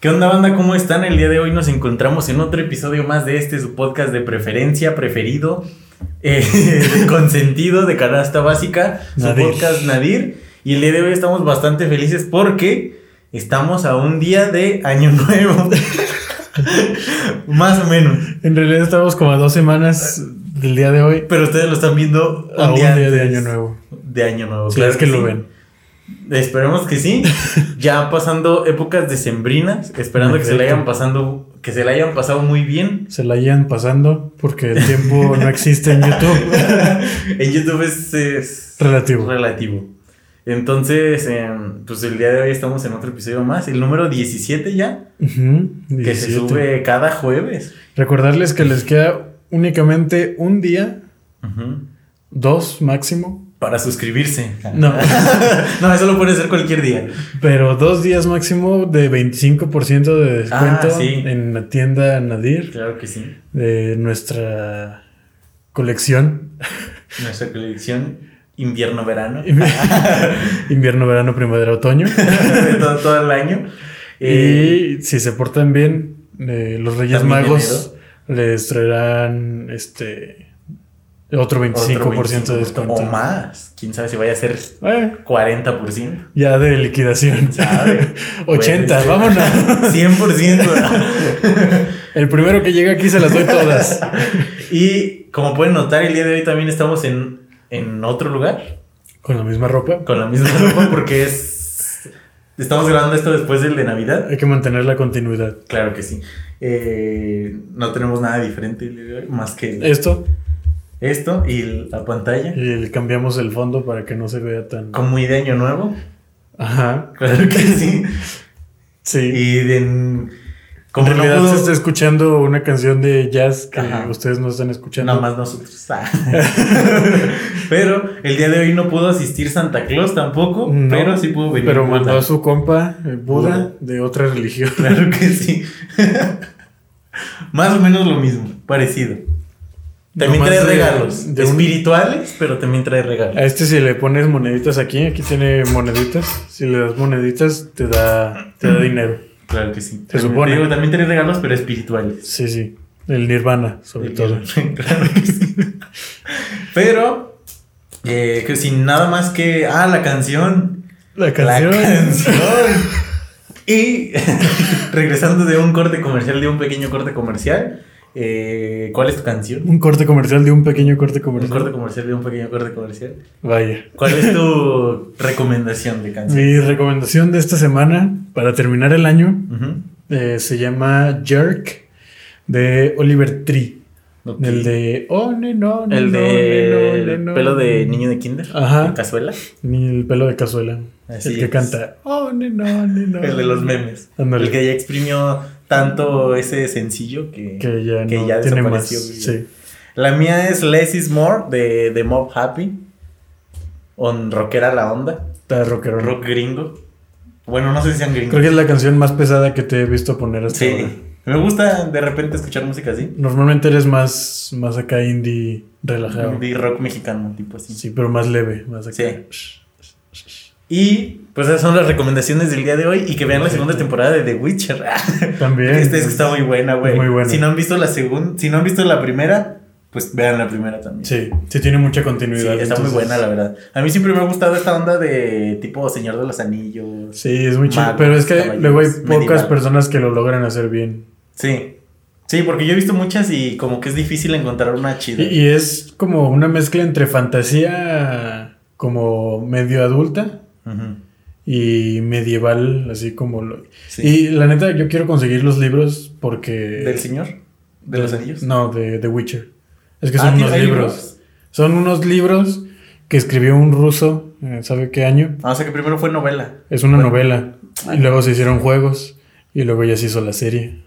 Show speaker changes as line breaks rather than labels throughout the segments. ¿Qué onda, banda? ¿Cómo están? El día de hoy nos encontramos en otro episodio más de este, su podcast de preferencia, preferido, eh, de consentido, de canasta básica,
Nadir.
su podcast Nadir. Y el día de hoy estamos bastante felices porque estamos a un día de Año Nuevo. más o menos.
En realidad estamos como a dos semanas del día de hoy
Pero ustedes lo están viendo
a un día, de
antes
Año Nuevo.
De Año Nuevo,
Si es que lo
sí.
ven.
Esperemos que sí. Ya pasando épocas decembrinas, esperando que se, la hayan pasando, que se la hayan pasado muy bien.
Se la hayan pasando porque el tiempo no existe en YouTube.
en YouTube es, es
Relativo.
relativo. Entonces, em, pues el día de hoy estamos en otro episodio más, el número 17 ya,
Ujú,
que se
17.
sube cada jueves.
Recordarles que les queda únicamente un día,
Ujú.
dos máximo.
Para suscribirse.
No,
no, eso lo puede hacer cualquier día.
pero dos días máximo de 25% de descuento
Ah, sí.
en la tienda Nadir
Claro que sí.
de nuestra colección
Nuestra colección invierno-verano.
invierno, verano, primavera, otoño.
de todo, todo el año. Eh,
Y si se portan bien, eh, los Reyes
También
Magos les traerán este otro 25%,
otro
de descuento.
O más. Quién sabe si vaya a ser
Eh,
40%.
ya de liquidación.
¿Sabe?
80,
Puede ser.
vámonos.
100%.
El primero que llega aquí se las doy todas.
y como pueden notar, el día de hoy también estamos en, en otro lugar.
Con la misma ropa.
Con la misma ropa porque es... Estamos grabando esto después del de Navidad.
Hay que mantener la continuidad.
Claro que sí. Eh, no tenemos nada diferente el día de hoy, más que
Esto,
esto y la pantalla.
y le cambiamos el fondo para que no se vea tan.
Como muy de año nuevo.
Ajá.
Claro que sí.
Sí.
Y de, como
en
no
realidad
pudo-
se está escuchando una canción de jazz que
Ajá.
ustedes no están escuchando.
nada más nosotros. Ah. pero el día de hoy no pudo asistir Santa Claus tampoco,
No,
pero sí pudo venir.
Pero
Buda.
mandó a su compa, eh, Buda,
Buda.
de otra religión.
Claro que sí. Más o menos lo mismo, parecido. También
Nomás
trae
de-
regalos
de un-
espirituales, pero también trae
A
regalos.
este si le pones moneditas aquí, aquí tiene moneditas. Si le das moneditas, te da, te da dinero.
Claro que sí.
Se
También-
supone.
te digo, también trae regalos, pero espirituales.
Sí, sí. El nirvana, sobre todo.
Claro que sí. Pero, eh, que sin nada más que. Ah, la canción.
La canción.
La canción. y regresando de un corte comercial, de un pequeño corte comercial, eh, ¿cuál es tu canción?
Un corte comercial de un pequeño corte
Un
comercial.
corte comercial de un pequeño corte comercial.
Vaya.
¿Cuál es tu recomendación de canción?
Mi recomendación de esta semana para terminar el año
Ujú.
eh, se llama Jerk de Oliver Tree.
Ok.
El de. Oh, ne, no, ne,
El
no,
de
ne, no, ne,
el
no.
pelo de niño de kinder,
Ajá.
de cazuela,
Ni el pelo de cazuela.
Así
el que
es.
canta. Oh, ne, no, ne, no.
el de los memes,
Ándale.
el que ya exprimió tanto ese sencillo que,
Que ya
que
no
ya
tiene más.
desapareció, güey.
Sí.
La mía es Less is More de, de Mob Happy. On Rockera la Onda.
Está rockero.
Rock gringo. Bueno, no sé si sean
Creo
gringos.
que es la canción más pesada que te he visto poner hasta ahora.
Sí. Me gusta de repente escuchar música así.
Normalmente eres más, más acá indie relajado.
De rock mexicano, tipo así.
Sí, pero más leve, más acá.
Y pues esas son las recomendaciones del día de hoy. Y que vean la
Perfecto.
segunda temporada de The Witcher.
También.
Esta es que este está muy buena, güey.
Muy buena.
Si no han visto la segunda, si no han visto la primera, pues vean la primera también.
Sí, sí tiene mucha
Sí,
continuidad.
está muy
entonces-
buena, la verdad. A mí siempre me ha gustado esta onda de tipo Señor de los Anillos.
Sí, es muy chido.
Magos,
Pero es que
caballeros,
luego hay pocas
medieval.
personas que lo logran hacer bien.
Sí. Sí, porque yo he visto muchas y como que es difícil encontrar una chida.
Y, y es como una mezcla entre fantasía como medio adulta
Ujú.
y medieval, así como lo...
Sí.
Y la neta, yo quiero conseguir los libros porque...
¿Del señor? ¿De los anillos?
No, de The Witcher. Es que
Ah,
son
¿tiene-
unos
hay
libros. Son unos libros que escribió un ruso, eh, ¿sabe qué año?
Ah, o sea que primero fue novela.
Es una
Bueno.
novela.
Ay.
Y luego se hicieron juegos. Y luego ya se hizo la serie.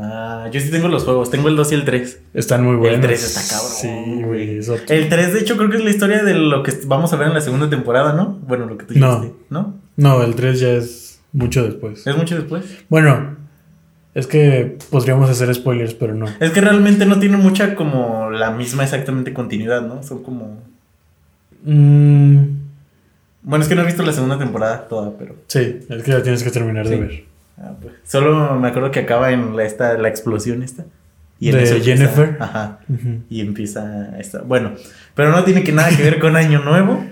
Ah, yo sí tengo los juegos. Tengo el 2 y el 3.
Están muy buenos.
El 3 está cabrón.
Sí, güey. es otro-
El 3, de hecho, creo que es la historia de lo que vamos a ver en la segunda temporada, ¿no? Bueno, lo que tú
No.
dijiste. ¿No?
No, el 3 ya es mucho después.
¿Es mucho después?
Bueno, es que podríamos hacer spoilers, pero no.
Es que realmente no tiene mucha como la misma exactamente continuidad, ¿no? Son como...
Mm,
Bueno, es que no he visto la segunda temporada toda, pero...
sí, es que la tienes que terminar de
Sí.
ver.
Ah, pues. Solo me acuerdo que acaba en la, esta, la explosión esta. en
De
eso empieza-
Jennifer.
ajá. Y empieza esta. Bueno, pero no tiene que nada que ver con Año Nuevo.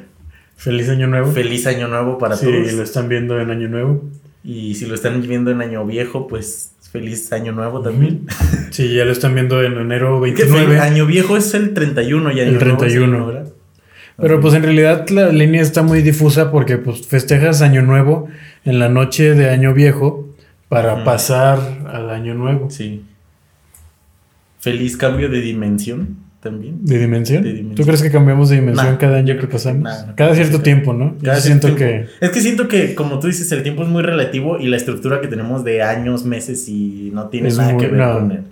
Feliz Año Nuevo.
Feliz Año Nuevo para
si
todos.
lo están viendo en Año Nuevo.
Y si lo están viendo en Año Viejo, pues feliz Año Nuevo también.
Si ya lo están viendo en enero
Que fe-
29.
año Viejo es el 31 y Año
El
Nuevo es
31.
¿verdad?
Pero pues en realidad la línea está muy difusa porque pues festejas Año Nuevo en la noche de Año Viejo para
Ujú.
pasar al Año Nuevo.
Sí. Feliz cambio de dimensión también.
¿De dimensión?
De dimensión.
¿Tú crees que cambiamos de dimensión
Nah,
cada año
yo
que
creo que
pasamos?
nah, no creo
cada
que
cierto
sea.
tiempo, ¿no?
Cada
Yo siento
cierto
que...
Es que siento que, como tú dices, el tiempo es muy relativo y la estructura que tenemos de años, meses y no tiene
Es
nada
muy-
que ver
no.
con, el,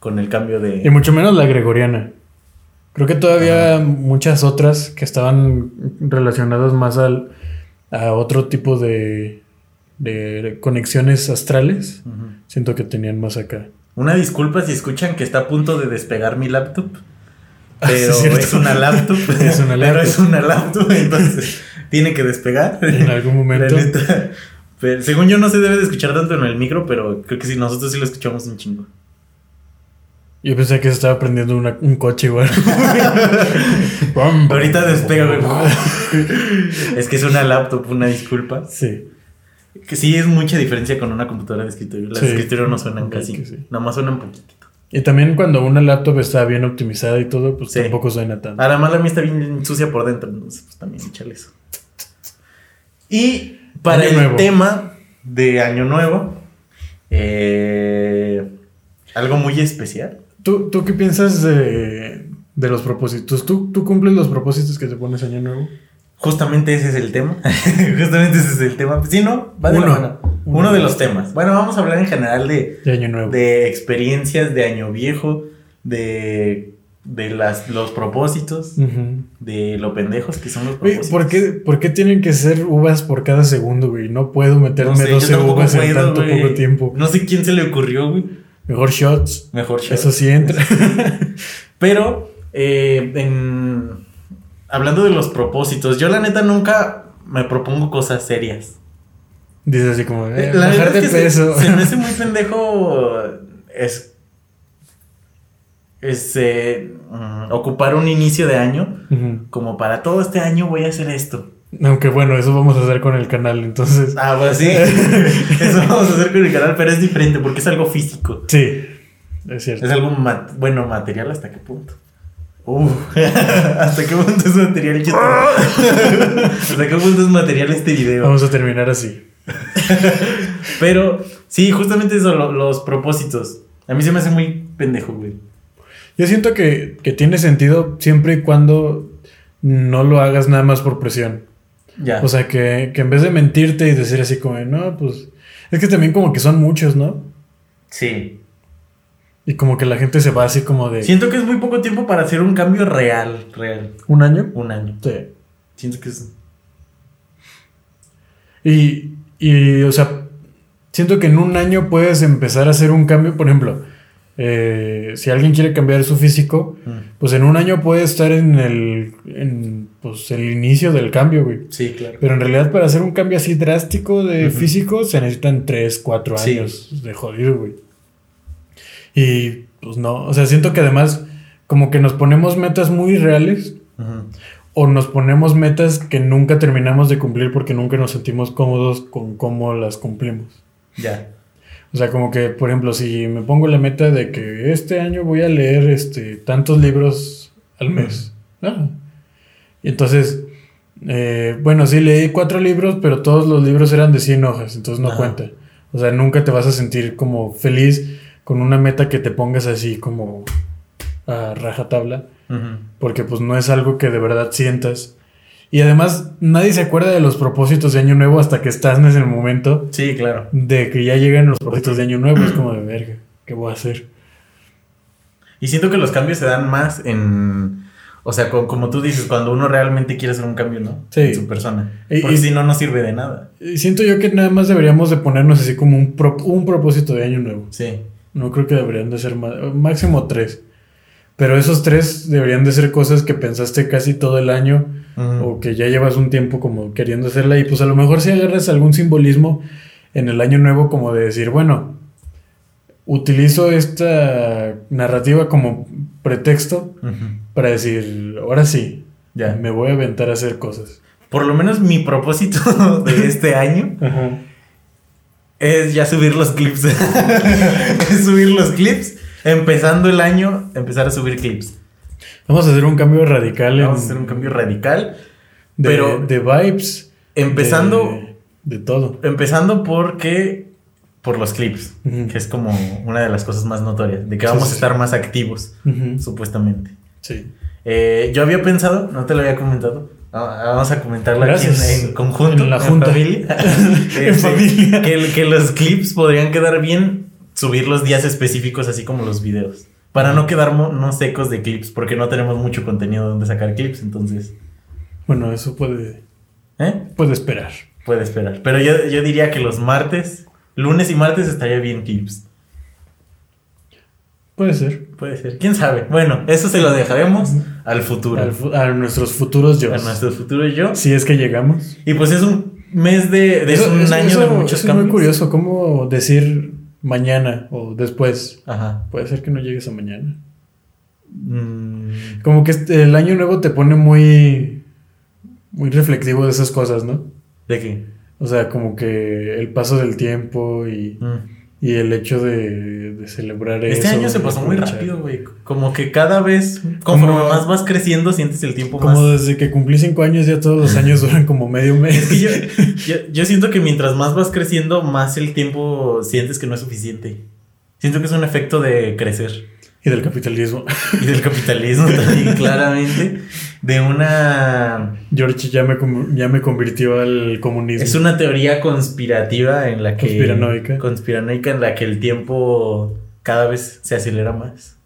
con el cambio
Y
de.
mucho menos la gregoriana. Creo que todavía muchas otras que estaban relacionadas más al, a otro tipo de, de conexiones astrales.
Ujú.
Siento que tenían más acá.
Una disculpa si escuchan que está a punto de despegar mi laptop.
Ah, sí,
Pero
es cierto.
es una laptop.
Es una
Pero
laptop.
es una laptop, entonces tiene que despegar.
En algún momento.
La neta. Pero según yo no se debe de escuchar tanto en el micro, pero creo que sí, nosotros sí lo escuchamos un chingo.
Yo pensé que se estaba prendiendo una- un coche igual. Bam,
Ahorita
bam,
despega, güey.
bam.
es que es una laptop, una disculpa.
Sí.
Que sí es mucha diferencia con una computadora de escritorio. Las
Sí.
de escritorio no suenan
Ok,
casi.
que sí.
Nada más suenan poquitito.
Y también cuando una laptop está bien optimizada y todo, pues
Sí.
tampoco suena tanto.
Ahora más la mía está bien sucia por dentro, entonces pues también échale eso. Y para
Año
el
nuevo.
tema de Año Nuevo, eh, algo muy especial.
¿Tú, tú qué piensas de, de los propósitos? ¿Tú, ¿Tú cumples los propósitos que te pones año nuevo?
Justamente ese es el tema. Justamente ese es el tema. Sí, ¿no? Va de la
Uno.
mano. Uno, de los temas. Bueno, vamos a hablar en general de,
De año nuevo.
de experiencias de Año Viejo, de, de las, los propósitos,
Ujú.
de lo pendejos que son los
Güey,
propósitos.
¿por, qué, por qué tienen que ser uvas por cada segundo, güey? No puedo meterme
No sé, yo
12
tampoco
uvas en
puedo,
tanto
güey.
poco tiempo.
No sé quién se le ocurrió, güey.
Mejor shots.
Mejor show.
Eso sí entra.
Pero, eh, en- hablando de los propósitos, yo la neta nunca me propongo cosas serias.
Dices así como, eh,
la verdad
bajar de
es que se-
peso.
Se, me hace muy pendejo es, es, eh, mm, ocupar un inicio de año
Ujú.
como para todo este año voy a hacer esto.
Aunque bueno, eso vamos a hacer con el canal, entonces.
Ah, pues sí. Eso vamos a hacer con el canal, pero es diferente porque es algo físico.
Sí, es cierto.
Es algo ma- bueno material hasta qué punto. Uh, hasta qué punto es material YouTube? hasta qué punto es material este video.
Vamos a terminar así.
Pero sí, justamente eso, lo- los propósitos. A mí se me hace muy pendejo, güey.
Yo siento que, que tiene sentido siempre y cuando no lo hagas nada más por presión.
Ya.
O sea, que, que en vez de mentirte y decir así como, no, pues. Es que también como que son muchos, ¿no?
sí.
Y como que la gente se va así como de.
Siento que es muy poco tiempo para hacer un cambio real, real.
¿Un año?
Un año.
Sí.
Siento que es...
Y, y, o sea, siento que en un año puedes empezar a hacer un cambio. Por ejemplo, eh, si alguien quiere cambiar su físico,
Mm.
pues en un año puede estar en el, en, pues, el inicio del cambio, güey.
Sí, claro.
Pero en realidad para hacer un cambio así drástico de
Ujú.
físico se necesitan 3, 4
Sí.
años de jodido, güey. Y pues no, o sea, siento que además como que nos ponemos metas muy reales
Ujú.
o nos ponemos metas que nunca terminamos de cumplir porque nunca nos sentimos cómodos con cómo las cumplimos.
Ya.
O sea, como que, por ejemplo, si me pongo la meta de que este año voy a leer este, tantos libros al mes. ¿no? Y entonces, eh, bueno, sí leí cuatro libros, pero todos los libros eran de 100 hojas, entonces no
Ajá.
cuenta. O sea, nunca te vas a sentir como feliz con una meta que te pongas así como a rajatabla,
Ujú.
porque pues no es algo que de verdad sientas. Y además, nadie se acuerda de los propósitos de Año Nuevo hasta que estás en el momento
Sí, claro.
de que ya llegan los proyectos de año nuevo, es como de verga, ¿qué voy a hacer?
Y siento que los cambios se dan más en. O sea, co- como tú dices, cuando uno realmente quiere hacer un cambio, ¿no?
Sí.
En su persona.
Y-
Porque
y-
si no, no sirve de nada.
Y siento yo que nada más deberíamos de ponernos así como un, pro- un propósito de año nuevo.
Sí.
No creo que deberían de ser más, máximo tres. Pero esos tres deberían de ser cosas que pensaste casi todo el año
Ujú.
o que ya llevas un tiempo como queriendo hacerla y pues a lo mejor si agarras algún simbolismo en el año nuevo como de decir, bueno, utilizo esta narrativa como pretexto
Ujú.
para decir, ahora sí,
Ya.
me voy a aventar a hacer cosas.
Por lo menos mi propósito de este año
Ajá.
es ya subir los clips. es subir los clips. Empezando el año, empezar a subir clips.
Vamos a hacer un cambio radical en-
Vamos a hacer un cambio radical.
de,
pero-
de vibes.
Empezando,
De, de todo.
empezando porque por los clips,
Ujú.
que es como una de las cosas más notorias, de que
Sí,
vamos
sí,
a
sí.
estar más activos,
Ujú.
supuestamente.
Sí.
Eh, yo había pensado, no te lo había comentado. ah, Vamos a comentarlo aquí
Gracias.
en, en conjunto.
En la junta.
familia.
En
Este,
familia.
Que, que los clips podrían quedar bien subir los días específicos, así como los videos. Para no quedar mo- no secos de clips, porque no tenemos mucho contenido donde sacar clips, entonces.
Bueno, eso puede,
¿eh?
puede esperar.
Puede esperar. Pero yo, yo diría que los martes, lunes y martes estaría bien clips.
Puede ser.
Puede ser. ¿Quién sabe? Bueno, eso se lo dejaremos al futuro.
Al fu- a nuestros futuros yo.
a nuestro futuro yo.
Si es que llegamos.
Y pues es un mes de. de- es
Eso-
un
eso-
año
eso-
de muchos
eso Es
cambios.
muy curioso cómo decir mañana o después.
Ajá.
Puede ser que no llegues a mañana.
Mm,
Como que este- el año nuevo te pone muy, muy reflexivo de esas cosas, ¿no?
¿De qué?
O sea, como que el paso del tiempo y,
Mm.
y el hecho de, de celebrar
Este
eso,
año se
de
pasó muy
aprovechar.
rápido, güey. Como que cada vez, conforme
Como-
más vas creciendo, sientes el tiempo más.
Como desde que cumplí cinco años, ya todos los años duran como medio
Es
mes.
que yo, yo- yo siento que mientras más vas creciendo, más el tiempo sientes que no es suficiente. Siento que es un efecto de crecer
Y del capitalismo.
y del capitalismo también, claramente. De una.
George ya me, com- ya me convirtió al comunismo.
Es una teoría conspirativa en la que.
Conspiranoica.
Conspiranoica en la que el tiempo cada vez se acelera más.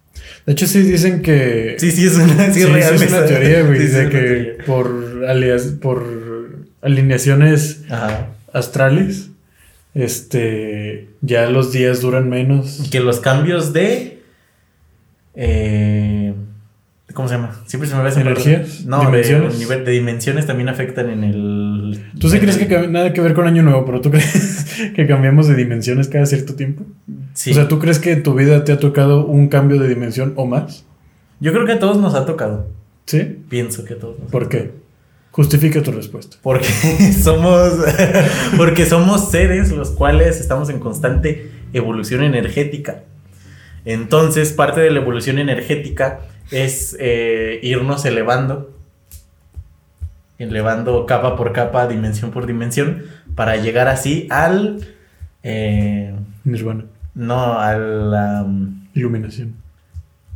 De hecho, sí dicen que.
Sí, sí, es una, sí,
Eh, sí,
es
sí,
real
es
esa.
una teoría, güey.
Sí, sí,
de
es una
que
teoría.
por, alias- por alineaciones
Ajá.
astrales, este. Ya los días duran
Y
menos.
que los cambios de. eh, ¿Cómo se llama? Siempre se me va esa palabra.
¿Energías?
No,
¿Dimensiones?
De, univer- de dimensiones también afectan en el.
¿Tú sí
en
crees
el-
que cam- nada que ver con Año Nuevo, pero tú crees que cambiamos de dimensiones cada cierto tiempo?
Sí.
O sea, ¿tú crees que en tu vida te ha tocado un cambio de dimensión o más?
Yo creo que a todos nos ha tocado.
¿Sí?
Pienso que a todos nos ha
¿Por
tocado.
qué? Justifica tu respuesta.
Porque somos. porque somos seres los cuales estamos en constante evolución energética. Entonces, parte de la evolución energética es eh, irnos elevando. Elevando capa por capa, dimensión por dimensión. Para llegar así al. eh,
Nirvana.
no, al. am,
Iluminación.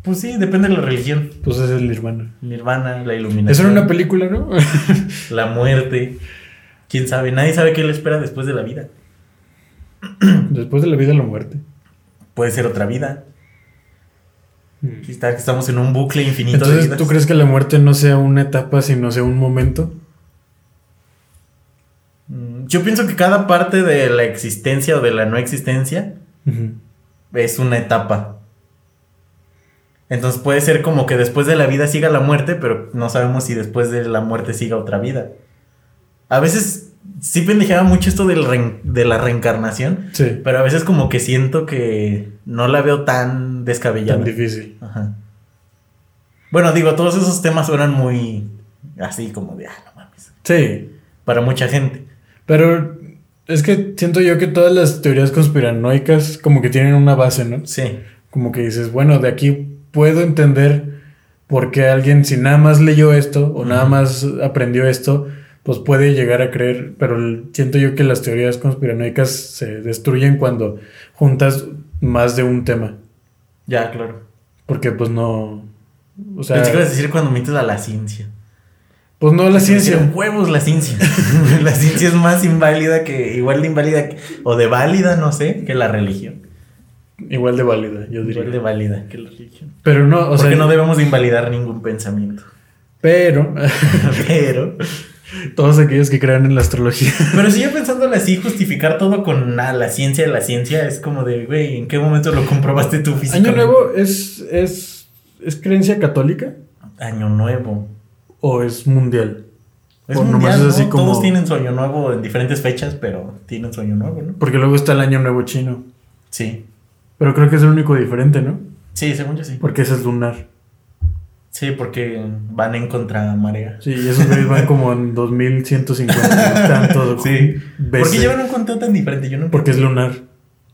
pues sí, depende de la religión.
Pues ese es el Nirvana.
Nirvana, la iluminación.
Eso era una película, ¿no?
la muerte. Quién sabe, nadie sabe qué le espera después de la vida.
Después de la vida, la muerte.
puede ser otra vida. Y está- Estamos en un bucle infinito de
Entonces,
vidas.
¿tú crees que la muerte no sea una etapa, sino sea un momento?
Mm, Yo pienso que cada parte de la existencia o de la no existencia
Ujú.
es una etapa. Entonces puede ser como que después de la vida siga la muerte, pero no sabemos si después de la muerte siga otra vida. A veces sí pendejaba mucho esto del reen- de la reencarnación,
Sí,
pero a veces como que siento que no la veo tan descabellada.
tan difícil.
Ajá. Bueno, digo, todos esos temas eran muy así como de, ah, no mames.
Sí,
Para mucha gente.
pero es que siento yo que todas las teorías conspiranoicas como que tienen una base, ¿no?
Sí.
Como que dices, bueno, de aquí puedo entender por qué alguien, si nada más leyó esto o nada
Ujú.
más aprendió esto, pues puede llegar a creer, pero l- siento yo que las teorías conspiranoicas se destruyen cuando juntas más de un tema,
Ya, claro.
porque pues no... O sea,
Pensé que ibas a decir cuando metes a la ciencia.
pues no la
Pero
ciencia.
Huevos la ciencia. la ciencia es más inválida que, igual de inválida que- o de válida, no sé, que la religión.
Igual de válida, yo diría.
Igual de válida que la religión.
Pero no, o
Porque
sea,
no debemos de invalidar ningún pensamiento.
pero
Pero.
todos aquellos que crean en la astrología.
Pero si yo pensándolo así, justificar todo con ah, la ciencia, la ciencia es como de, güey, ¿en qué momento lo comprobaste tú físicamente?
Año Nuevo es, es, es creencia católica
Año Nuevo.
o es mundial.
Es
O nomás
mundial,
es
¿no?
así como-
Todos tienen sueño nuevo en diferentes fechas, pero tienen sueño nuevo, ¿no?
Porque luego está el Año Nuevo Chino.
Sí.
Pero creo que es el único diferente, ¿no?
Sí, según yo sí.
Porque ese es lunar.
Sí, porque van en contra marea.
Sí, y esos güeyes van como en 2150 y tantos
Sí.
veces.
¿Por qué llevan un conteo tan diferente? Yo no
Porque es lunar.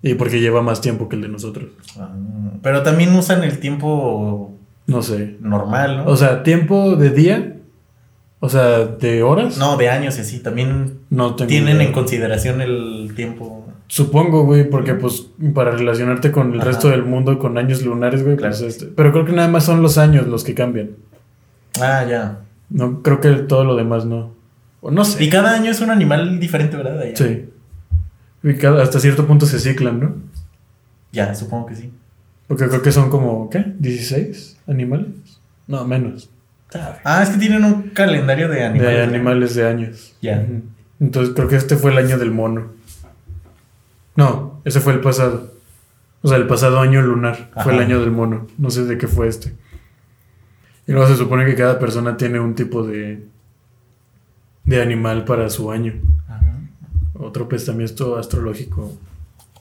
Y porque lleva más tiempo que el de nosotros.
Ah, Pero también usan el tiempo
No sé.
normal, ¿no?
O sea, tiempo de día. O sea, de horas.
no, de años y así. También
No tengo
tienen
idea.
en consideración el tiempo.
Supongo, güey, porque pues para relacionarte con el
Ajá.
resto del mundo con años lunares, güey, pues,
Claro.
este- Pero creo que nada más son los años los que cambian.
Ah, ya.
No, creo que todo lo demás no. O no sé.
Y cada año es un animal diferente, ¿verdad? Allá.
Sí. Y cada- hasta cierto punto se ciclan, ¿no?
Ya, supongo que sí.
Porque creo que son como, ¿qué? ¿16 animales? No, menos.
Ah, es que tienen un calendario de animales.
De animales de años.
Ya.
Ujú. Entonces creo que este fue el año del mono. No, ese fue el pasado. O sea, el pasado año lunar fue el
Ajá.
año del mono. No sé de qué fue este. Y luego se supone que cada persona tiene un tipo de de animal para su año.
Ajá.
Otro pensamiento astrológico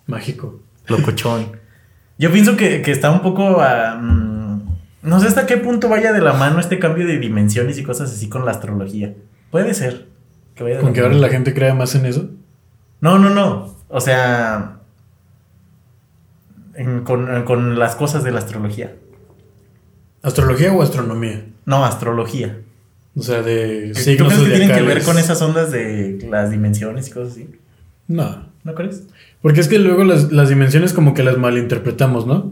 mágico.
Locochón. Yo pienso que, que está un poco ah, mm, no sé hasta qué punto vaya de la mano este cambio de dimensiones y cosas así con la astrología. Puede ser. Que vaya de
Con
la
que
mano.
ahora la gente crea más en eso.
No, no, no. O sea. en- con, con las cosas de la astrología.
¿Astrología o astronomía?
No, astrología.
O sea, de
¿Tú crees
signos
que tienen que
zodiacales.
ver con esas ondas de las dimensiones y cosas así?
No.
¿No crees?
Porque es que luego las, las dimensiones como que las malinterpretamos, ¿no?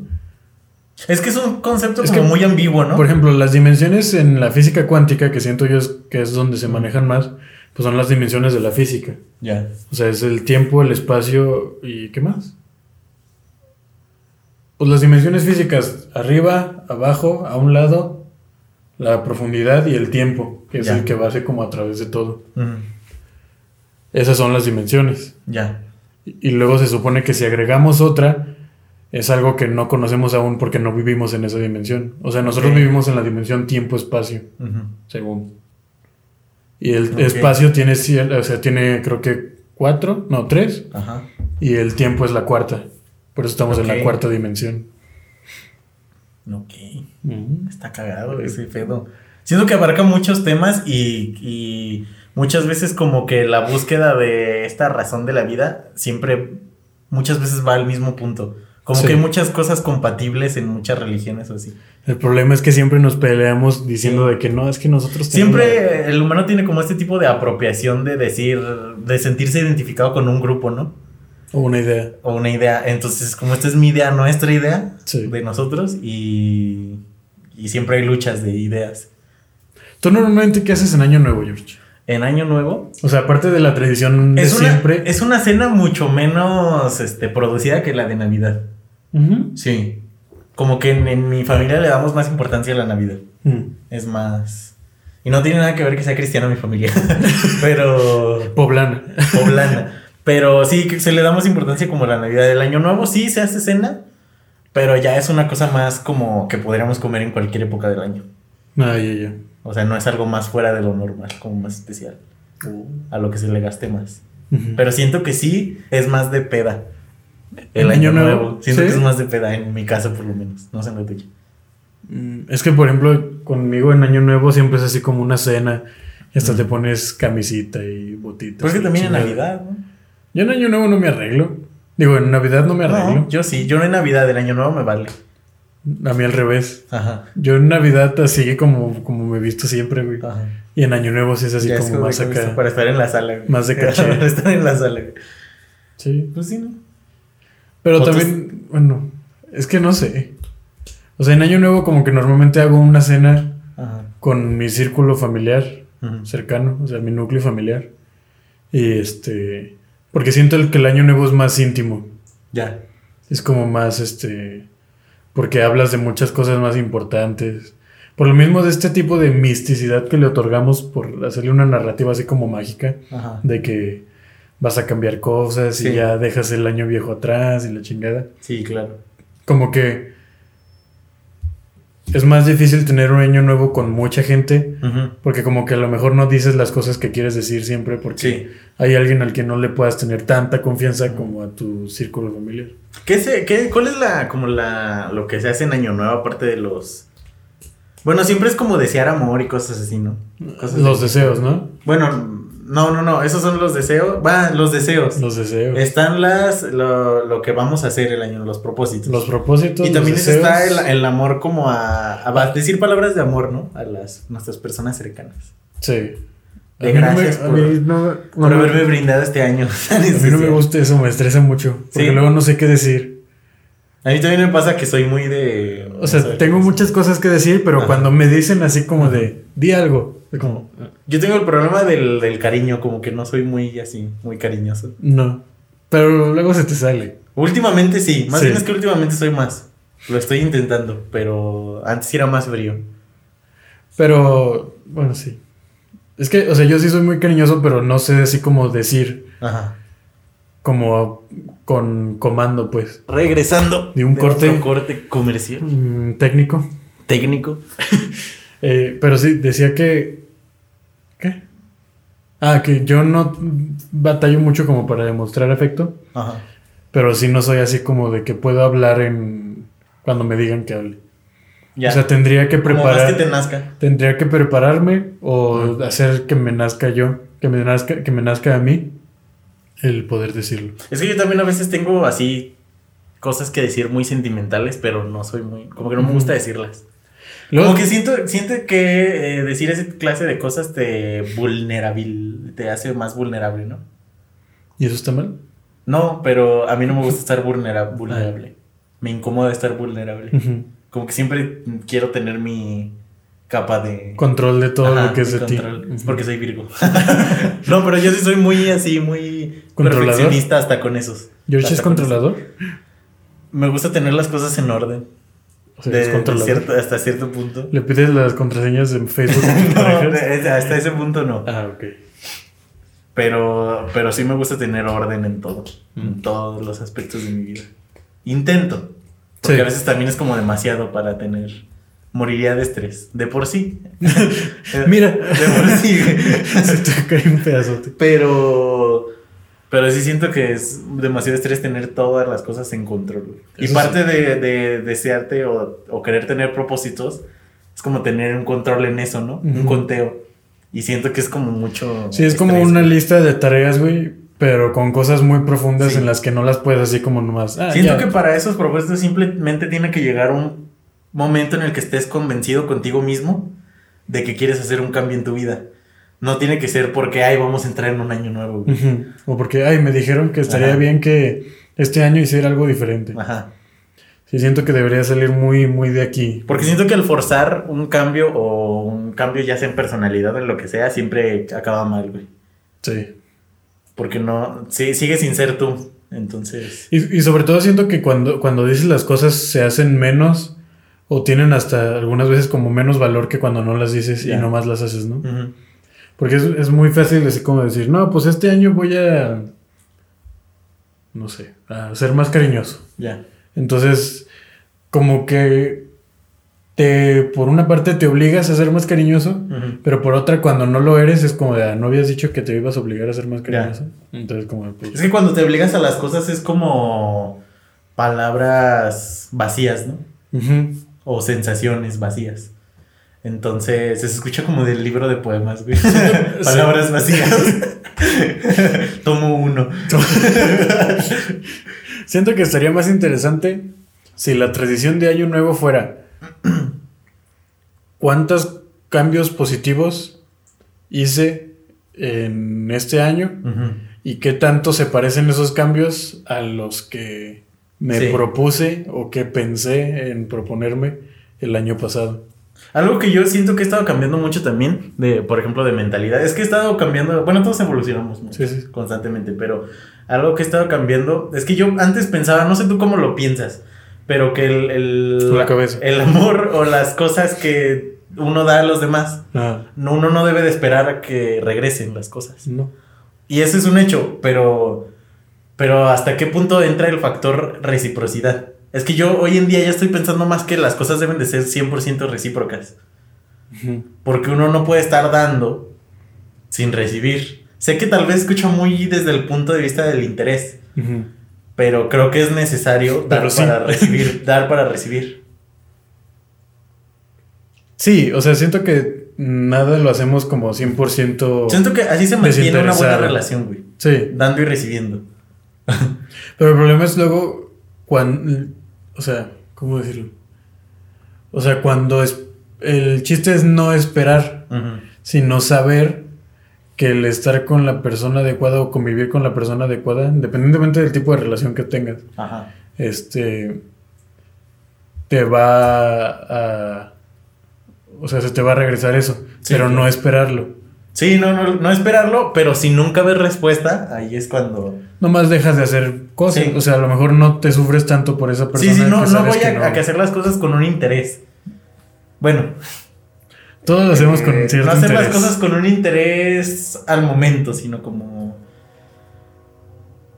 Es que es un concepto
Es
como
que-
muy ambiguo, ¿no?
Por ejemplo, las dimensiones en la física cuántica, que siento yo es, que es donde se manejan más, pues son las dimensiones de la física.
Ya.
O sea, es el tiempo, el espacio y ¿qué más? Pues las dimensiones físicas, arriba, abajo, a un lado, la profundidad y el tiempo, que es
Ya.
el que va a ser como a través de todo.
Mm,
Esas son las dimensiones.
ya.
Y luego se supone que si agregamos otra, es algo que no conocemos aún porque no vivimos en esa dimensión. O sea, nosotros
Ok.
vivimos en la dimensión tiempo-espacio,
Ujú.
según. Y el
Ok.
espacio tiene, cier- o sea, tiene creo que cuatro, no, tres.
Ajá.
Y el tiempo es la cuarta. Por eso estamos en
Ok.
la cuarta dimensión.
Ok. Está cagado ese pedo. Siento que abarca muchos temas y, y muchas veces como que la búsqueda de esta razón de la vida siempre, muchas veces va al mismo punto. Como
Sí.
que hay muchas cosas compatibles en muchas religiones o así.
El problema es que siempre nos peleamos diciendo
Sí.
de que no, es que nosotros tenemos-
Siempre el humano tiene como este tipo de apropiación de decir, de sentirse identificado con un grupo, ¿no?
O una idea.
O una idea. Entonces, como esta es mi idea, nuestra idea
Sí.
de nosotros y, y siempre hay luchas de ideas.
¿Tú normalmente qué haces en Año Nuevo, George?
En Año Nuevo,
O sea, aparte de la tradición de
Es una,
siempre.
es una cena mucho menos este, producida que la de Navidad.
Ujú.
Sí. Como que en, en mi familia le damos más importancia a la Navidad.
Mm.
Es más. Y no tiene nada que ver que sea cristiano mi familia. Pero.
Poblana.
Poblana. Pero sí que se le da más importancia como la Navidad del Año Nuevo. Sí, se hace cena. Pero ya es una cosa más como que podríamos comer en cualquier época del año.
Ah, ya, ya.
O sea, no es algo más fuera de lo normal, como más especial. A lo que se le gaste más.
Ujú.
Uh. Pero siento que sí es más de peda.
¿El año nuevo?
Siento
¿Sí?
que es más de peda, en mi caso por lo menos. No sé en la tuya.
Mm, Es que, por ejemplo, conmigo en Año Nuevo siempre es así como una cena. Y hasta te pones camisita y botitas.
Porque
y
también en
chingada.
Navidad, ¿no?
Yo en Año Nuevo no me arreglo. Digo, en Navidad no me arreglo.
No, yo sí, yo no en Navidad, el año nuevo me vale.
A mí al revés.
Ajá.
Yo en Navidad así como, como me he visto siempre, güey.
Ajá.
Y en Año Nuevo sí es así
Ah. Ya es
como
como
más
que
acá.
Para estar en la sala. güey.
Más de caché.
para estar en la sala. güey.
Sí.
Pues sí, ¿no?
Pero
Fotos.
también, bueno, es que no sé. O sea, en Año Nuevo como que normalmente hago una cena
Ajá.
con mi círculo familiar.
Ujú.
cercano, o sea, mi núcleo familiar. Y este, porque siento el- que el año nuevo es más íntimo,
Ya.
es como más este, porque hablas de muchas cosas más importantes. Por lo mismo de este tipo de misticidad que le otorgamos por hacerle una narrativa así como mágica,
Ajá.
de que vas a cambiar cosas y
Sí.
ya dejas el año viejo atrás y la chingada.
Sí, claro.
Como que es más difícil tener un año nuevo con mucha gente
Ujú.
porque como que a lo mejor no dices las cosas que quieres decir siempre porque
Sí.
hay alguien al que no le puedas tener tanta confianza como a tu círculo familiar.
¿Qué se, qué, ¿Cuál es la, como la, lo que se hace en Año Nuevo aparte de los... Bueno, siempre es como desear amor y cosas así, ¿no? Cosas
Los
así.
deseos, ¿no?
Bueno, no, no, no, esos son los deseos. Va, los deseos.
Los deseos.
Están las, lo, lo que vamos a hacer el año, los propósitos.
los propósitos.
y
los
también
deseos.
está el, el amor como a, a va- decir palabras de amor, ¿no? A las nuestras personas cercanas.
Sí.
De
A mí no me-
gracias
a
por-
mí no- no
Por
me-
haberme brindado este año.
A mí no me gusta eso, me estresa mucho. Porque
Sí.
luego no sé qué decir.
A mí también me pasa que soy muy de...
O sea,
no sé,
tengo muchas cosas que decir, pero
Ajá.
cuando me dicen así como de, di algo, es como,
Yo tengo el problema del, del cariño, como que no soy muy así, muy cariñoso.
no. Pero luego se te sale.
Últimamente sí, más
Sí.
bien es que últimamente soy más. Lo estoy intentando, pero antes era más frío.
Pero, bueno, sí. Es que, o sea, yo sí soy muy cariñoso, pero no sé así como decir,
Ajá.
como con comando, pues,
Regresando.
De un corte.
otro corte comercial.
mm, técnico.
Técnico.
Eh, pero sí, decía que... ¿Qué? Ah, que yo no batallo mucho como para demostrar afecto.
Ajá.
Pero sí no soy así como de que puedo hablar en cuando me digan que hable.
Ya.
O sea, tendría que
como más que
preparar
te nazca.
tendría que prepararme o hacer que me nazca yo, que me nazca que me nazca a mí el poder decirlo.
Es que yo también a veces tengo así cosas que decir muy sentimentales, pero no soy muy. Como que no me
Ujú.
gusta decirlas.
Luego,
Como que siento, siento que eh, decir esa clase de cosas te vulnerabil, te hace más vulnerable, ¿no?
¿Y eso está mal?
No, pero a mí no me gusta estar vulnera- vulnerable.
Ah.
Me incomoda estar vulnerable.
Ujú.
Como que siempre quiero tener mi capa de
Control de todo
Ajá,
lo que es
mi
de ti.
control,
Ujú.
Porque soy Virgo. no, pero yo sí soy muy así, muy
¿Controlador?
perfeccionista hasta con esos.
George es
Hasta con
controlador.
esos. Me gusta tener las cosas en orden.
O sea,
de-
es
de
controlador.
cierto- hasta cierto punto.
Le pides las contraseñas en Facebook a tus
No,
parejas.
de- hasta ese punto no.
Ah, ok.
Pero, pero sí me gusta tener orden en todo. En
Mm.
todos los aspectos de mi vida. Intento. Porque
Sí.
a veces también es como demasiado para tener. Moriría de estrés. De por sí.
Mira.
De por sí.
Se te cae un pedazote.
Pero. Pero sí siento que es demasiado estrés tener todas las cosas en control. güey. Y
Eso
parte de, de desearte o, o querer tener propósitos es como tener un control en eso, ¿no? Un
Ujú.
conteo. Y siento que es como mucho.
Sí, es como
estrés,
una
güey.
lista de tareas, güey, pero con cosas muy profundas
Sí.
en las que no las puedes así como nomás. Ah,
Siento
ya.
que para esos propósitos simplemente tiene que llegar un momento en el que estés convencido contigo mismo de que quieres hacer un cambio en tu vida. No tiene que ser porque, ay, vamos a entrar en un año nuevo. güey".
Ujú. O porque, ay, me dijeron que estaría
Ajá.
bien que este año hiciera algo diferente.
Ajá.
Sí, siento que debería salir muy, muy de aquí.
Porque siento que al forzar un cambio o un cambio ya sea en personalidad o en lo que sea, siempre acaba mal, güey.
Sí.
Porque no, sí, sigue sin ser tú. Entonces,
Y, y sobre todo siento que cuando, cuando dices las cosas se hacen menos o tienen hasta algunas veces como menos valor que cuando no las dices
Ya.
y nomás las haces, ¿no?
ujú,
Porque es, es muy fácil así como decir, no, pues este año voy a, no sé, a ser más cariñoso.
ya.
Entonces, como que te, por una parte te obligas a ser más cariñoso,
ujú.
pero por otra, cuando no lo eres, es como de, "Ah, no habías dicho que te ibas a obligar a ser más cariñoso. Entonces, como, pues,
Es que cuando te obligas a las cosas es como palabras vacías, ¿no?
ujú.
O sensaciones vacías. Entonces, se escucha como del libro de poemas, güey. palabras vacías. Tomo uno.
siento que estaría más interesante si la tradición de Año Nuevo fuera cuántos cambios positivos hice en este año
Ujú.
¿Y qué tanto se parecen esos cambios a los que me
Sí.
propuse o que pensé en proponerme el año pasado?
Algo que yo siento que he estado cambiando mucho también, de, por ejemplo, de mentalidad, es que he estado cambiando, bueno, todos evolucionamos ¿no?
Sí, sí.
constantemente, pero algo que he estado cambiando es que yo antes pensaba, no sé tú cómo lo piensas, pero que el, el,
La cabeza.
el amor o las cosas que uno da a los demás,
Ah,
no, uno no debe de esperar a que regresen las cosas.
no.
Y eso es un hecho, pero, pero ¿hasta qué punto entra el factor reciprocidad? Es que yo hoy en día ya estoy pensando más que las cosas deben de ser 100% recíprocas. Porque uno no puede estar dando sin recibir. Sé que tal vez escucho muy desde el punto de vista del interés,
Ujú.
pero creo que es necesario dar
Pero sí.
para recibir, dar para recibir.
Sí, o sea, siento que nada lo hacemos como 100%.
Siento que así se mantiene una buena
Desinteresado.
relación, güey.
Sí,
Dando y recibiendo.
pero el problema es luego cuando... O sea, ¿cómo decirlo? O sea, cuando es... El chiste es no esperar,
Ujú.
sino saber que el estar con la persona adecuada o convivir con la persona adecuada, independientemente del tipo de relación que tengas,
Ajá.
este te va a o sea, se te va a regresar eso,
Sí,
pero
claro.
no esperarlo.
Sí, no, no, no esperarlo, pero si nunca ves respuesta, ahí es cuando.
Nomás dejas de hacer cosas,
Sí.
o sea, a lo mejor no te sufres tanto por esa persona.
sí, sí, no,
que
no
sabes
voy
que
a, a que hacer las cosas con un interés. Bueno,
Todos lo hacemos con
eh,
cierto
no hacer
interés.
las cosas con un interés al momento, sino como.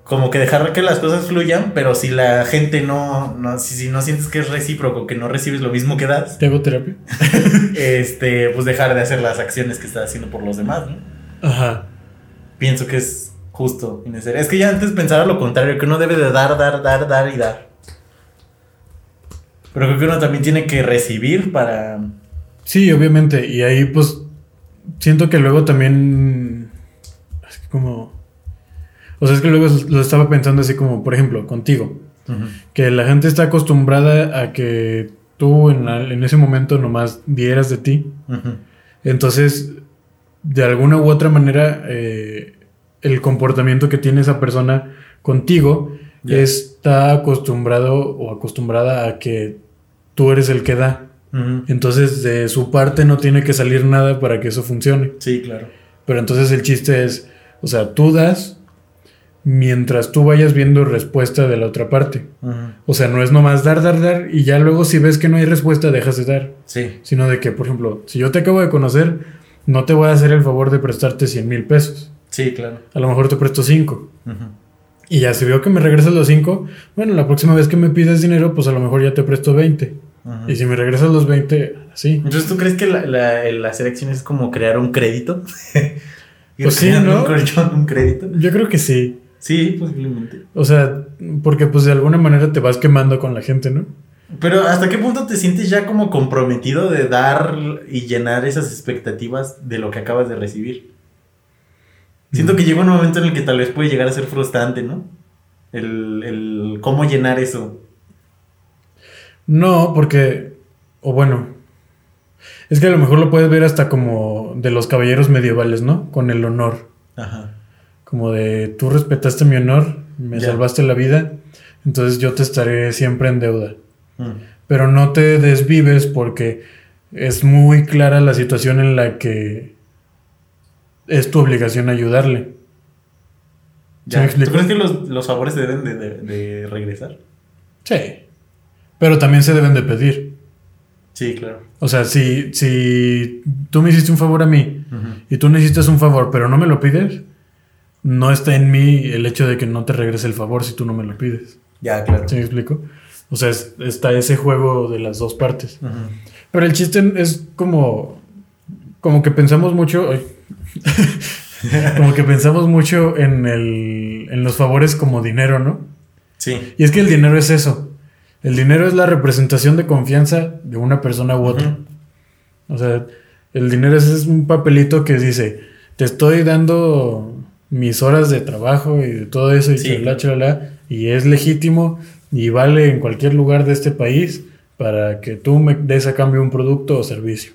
Como que dejar que las cosas fluyan, pero si la gente no. no si, si no sientes que es recíproco, que no recibes lo mismo que das,
¿Te hago terapia?
este, pues dejar de hacer las acciones que estás haciendo por los demás, ¿no?
Ajá.
Pienso que es justo y necesario. Es que ya antes pensaba lo contrario, que uno debe de dar, dar, dar, dar y dar. Pero creo que uno también tiene que recibir para.
Sí, obviamente, y ahí pues siento que luego también es que como o sea, es que luego lo estaba pensando así como, por ejemplo, contigo. que la gente está acostumbrada a que tú en, la- en ese momento nomás dieras de ti.
Ujú.
Entonces, de alguna u otra manera, eh, el comportamiento que tiene esa persona contigo
Ya.
está acostumbrado o acostumbrada a que tú eres el que da.
Ujú.
Entonces, de su parte no tiene que salir nada para que eso funcione.
Sí, claro.
Pero entonces el chiste es, o sea, tú das mientras tú vayas viendo respuesta de la otra parte.
Ujú.
O sea, no es nomás dar, dar, dar y ya luego si ves que no hay respuesta dejas de dar.
Sí.
Sino de que, por ejemplo, si yo te acabo de conocer, no te voy a hacer el favor de prestarte 100 mil pesos.
Sí, claro.
A lo mejor te presto 5.
Ujú.
Y ya si veo que me regresas los 5, bueno, la próxima vez que me pides dinero, pues a lo mejor ya te presto 20.
Ujú.
Y si me regresas los 20, así.
Entonces, ¿tú crees que la, la, el hacer acciones es como crear un crédito? Ir
Pues sí,
creando
¿no?
Un, colchón, un crédito.
Yo creo que sí.
Sí, posiblemente.
O sea, porque pues de alguna manera te vas quemando con la gente, ¿no?
Pero ¿hasta qué punto te sientes ya como comprometido de dar y llenar esas expectativas de lo que acabas de recibir?
Mm.
Siento que llega un momento en el que tal vez puede llegar a ser frustrante, ¿no? El, el cómo llenar eso.
No, porque. O bueno. Es que a lo mejor lo puedes ver hasta como de los caballeros medievales, ¿no? Con el honor.
Ajá.
Como de tú respetaste mi honor, me
Ya.
salvaste la vida, entonces yo te estaré siempre en deuda.
Mm.
Pero no te desvives porque es muy clara la situación en la que es tu obligación ayudarle.
Ya.
me
¿Tú
explico?
crees que los, los favores se deben de, de- de regresar?
Sí. Pero también se deben de pedir.
Sí, claro.
O sea, si, si tú me hiciste un favor a mí y tú necesitas un favor, pero no me lo pides, no está en mí el hecho de que no te regrese el favor si tú no me lo pides.
Ya, claro.
¿Sí me explico? O sea, es- está ese juego de las dos partes.
Ujú.
Pero el chiste es como. Como que pensamos mucho. ay. como que pensamos mucho en, el, en los favores como dinero, ¿no?
Sí.
Y es que el dinero es eso. El dinero es la representación de confianza de una persona u otra.
Ujú.
O sea, el dinero es, es un papelito que dice, te estoy dando mis horas de trabajo y de todo eso y
Sí.
chalá, chalá, y es legítimo y vale en cualquier lugar de este país para que tú me des a cambio un producto o servicio.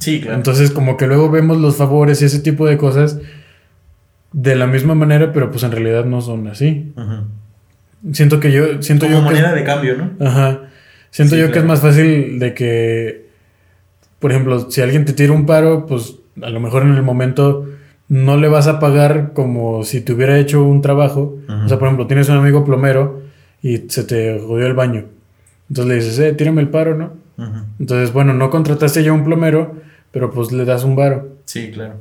Sí, claro.
Entonces, como que luego vemos los favores y ese tipo de cosas de la misma manera, pero pues en realidad no son así.
Ujú.
Siento que yo, siento
Como
yo que es-
moneda de cambio, ¿no?
Ajá. Siento
Sí,
yo que es
claro.
más fácil de que, por ejemplo, si alguien te tira un paro, pues a lo mejor en el momento no le vas a pagar como si te hubiera hecho un trabajo.
Ujú.
O sea, por ejemplo, tienes un amigo plomero y se te jodió el baño. Entonces le dices, eh, tírame el paro, ¿no?
Ujú.
Entonces, bueno, no contrataste ya un plomero, pero pues le das un varo.
Sí, claro.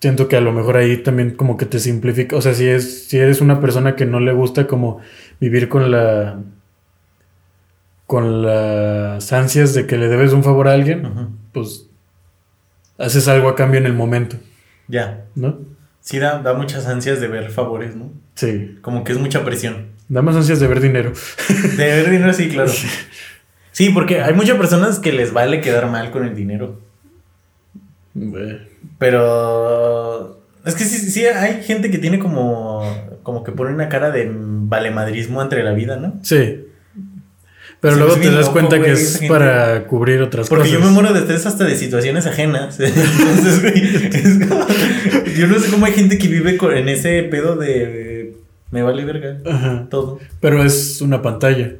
Siento que a lo mejor ahí también como que te simplifica. O sea, si es, si eres una persona que no le gusta como vivir con la. con las ansias de que le debes un favor a alguien,
Ujú.
pues haces algo a cambio en el momento,
Ya.
¿no?
Sí, da, da muchas ansias de ver favores, ¿no?
Sí.
Como que es mucha presión.
Da más ansias de ver dinero.
De ver dinero, sí, claro. Sí, porque hay muchas personas que les vale quedar mal con el dinero.
Bueno,
Pero es que sí, sí hay gente que tiene como como que pone una cara de valemadrismo entre la vida, ¿no?
Sí. Pero
Sí,
luego
es
te
bien
das
loco,
cuenta
güey,
que
esa
es
gente.
para cubrir otras
Porque yo
cosas.
me muero de estrés hasta de situaciones ajenas. Entonces, güey, es como- yo no sé cómo hay gente que vive con- en ese pedo de me vale verga
Ajá.
todo.
Pero es una pantalla.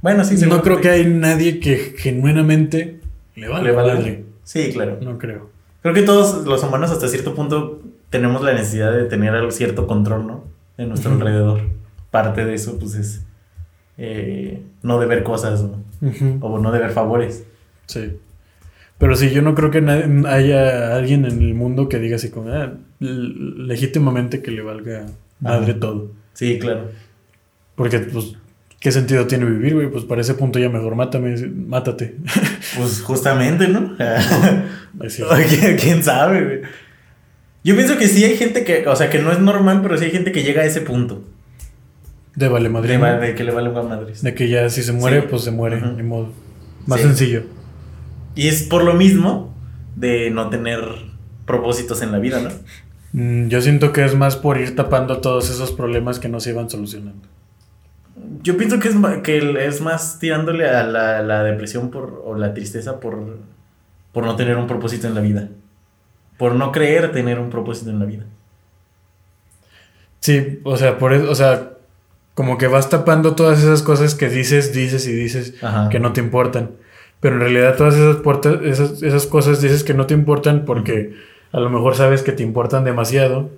Bueno, sí,
no
seguramente.
creo que hay nadie que genuinamente le vale,
Le vale.
madre.
Sí, claro.
No creo.
Creo que todos los humanos hasta cierto punto tenemos la necesidad de tener algo- cierto control, ¿no? En nuestro
Ujú.
alrededor. Parte de eso, pues, es eh, no deber cosas ¿no? o no deber favores.
Sí. Pero sí, yo no creo que nadie- haya alguien en el mundo que diga así como, "Ah, l- legítimamente que le valga madre
Ajá.
todo.
Sí, claro.
Porque, pues, ¿qué sentido tiene vivir, güey? Pues para ese punto ya mejor mátame, mátate.
Pues justamente, ¿no?
Así.
¿Quién, quién sabe, güey? Yo pienso que sí hay gente que, o sea, que no es normal, pero sí hay gente que llega a ese punto.
De vale madre.
De, va- de que le vale a Madrid.
De que ya si se muere,
Sí.
pues se muere.
Ajá.
ni modo. Más
Sí.
sencillo.
Y es por lo mismo de no tener propósitos en la vida, ¿no?
Mm, yo siento que es más por ir tapando todos esos problemas que no se iban solucionando.
Yo pienso que es, ma- que el- es más tirándole a la, la depresión por, o la tristeza por, por no tener un propósito en la vida. Por no creer tener un propósito en la vida.
Sí, o sea, por eso, o sea, como que vas tapando todas esas cosas que dices, dices y dices
Ajá.
que no te importan. Pero en realidad todas esas, puertas, esas, esas cosas dices que no te importan porque a lo mejor sabes que te importan demasiado,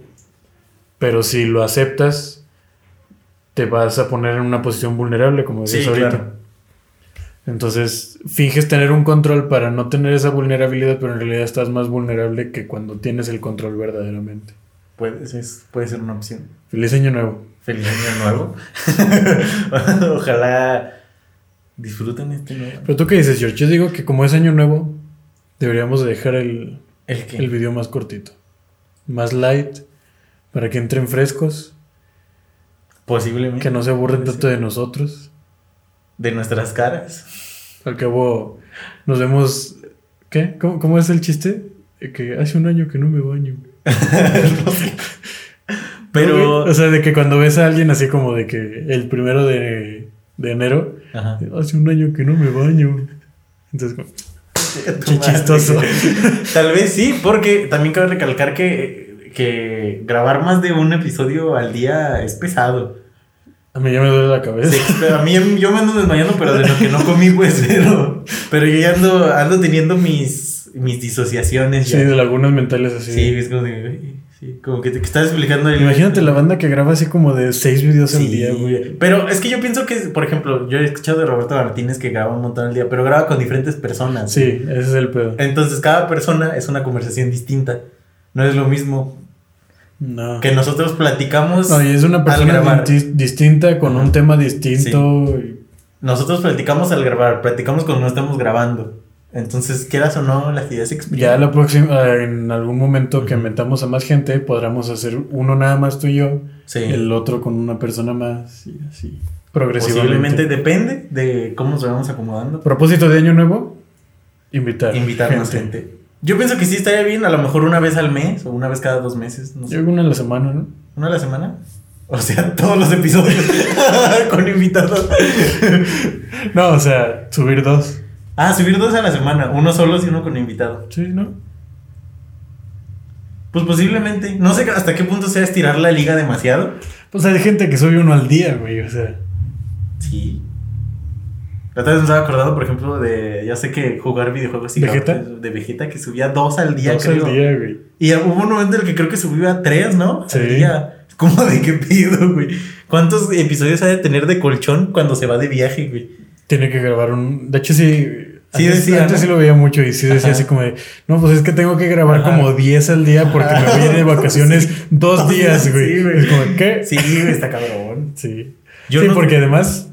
pero si lo aceptas, te vas a poner en una posición vulnerable, como decías
Sí,
ahorita.
claro.
Entonces, finges tener un control para no tener esa vulnerabilidad, pero en realidad estás más vulnerable que cuando tienes el control verdaderamente.
Puede, es- puede ser una opción.
Feliz año nuevo.
Feliz año nuevo. Ojalá disfruten este nuevo. año.
Pero tú qué dices, George? Yo digo que como es año nuevo, deberíamos de dejar el,
¿El qué?
el video más cortito. Más light, para que entren frescos,
Posiblemente.
que no se aburren tanto de nosotros.
De nuestras caras.
Al cabo, nos vemos... ¿Qué? ¿Cómo, cómo es el chiste? Eh, Que hace un año que no me baño.
No sé. Pero.
O sea, de que cuando ves a alguien así como de que el primero de, de enero,
Ajá.
hace un año que no me baño. Entonces, como,
Tu madre.
chistoso.
Tal vez sí, porque también cabe recalcar que, que grabar más de un episodio al día es pesado.
a mí ya me duele la cabeza.
Sí, pero a mí yo me ando desmayando, pero de lo que no comí, pues, pero, pero yo ya ando, ando teniendo mis, mis disociaciones.
Sí,
Ya.
de lagunas mentales así.
Sí, es como de, "Ay", sí, como que te que estás explicando el-
Imagínate la banda que graba así como de seis videos al
Sí,
día, güey.
Pero es que yo pienso que, por ejemplo, yo he escuchado de Roberto Martínez que graba un montón al día, pero graba con diferentes personas.
Sí, ese es el pedo.
Entonces cada persona es una conversación distinta. No es lo mismo
No.
que nosotros platicamos.
No, y es una
al
persona
grabar.
di- distinta con
Ajá.
un tema distinto.
Nosotros platicamos al grabar, platicamos cuando no estamos grabando. Entonces, quieras o no, las ideas se
y
explican.
Ya la próxima, ah, en algún momento que metamos a más gente, podremos hacer uno nada más tú y yo,
Sí.
el otro con una persona más y así. Progresivamente.
Posiblemente depende de cómo nos vamos acomodando.
Propósito de año nuevo, invitar.
Invitar más gente. Yo pienso que sí estaría bien, a lo mejor una vez al mes o una vez cada dos meses. No sé.
Yo hago una a la semana, ¿no?
¿Una a la semana? O sea, todos los episodios con invitados.
No, o sea, subir dos.
Ah, subir dos a la semana, uno solo y uno con invitado.
Sí, ¿no?
Pues posiblemente. No sé hasta qué punto sea estirar la liga demasiado.
Pues hay gente que sube uno al día, güey, o sea.
Sí. La otra vez me estaba acordando, por ejemplo, de. Ya sé que jugar videojuegos y
¿Vegeta?
grabar- De Vegeta, que subía dos al día,
dos
creo.
al día, güey.
Y hubo un momento en el que creo que subió a tres, ¿no?
Sí.
Al día. ¿Cómo de qué pido, güey? ¿Cuántos episodios ha de tener de colchón cuando se va de viaje, güey?
Tiene que grabar un. De hecho, sí.
Sí
antes,
decía,
antes
¿no?
sí lo veía mucho y sí decía
Ajá.
así como de. No, pues es que tengo que grabar
Ajá.
como 10 al día porque me voy a ir de vacaciones
Sí.
dos
Dos
días,
días,
güey.
sí, güey.
Es como, ¿qué?
Sí, güey, está cabrón.
Sí.
Yo
sí,
no-
porque además,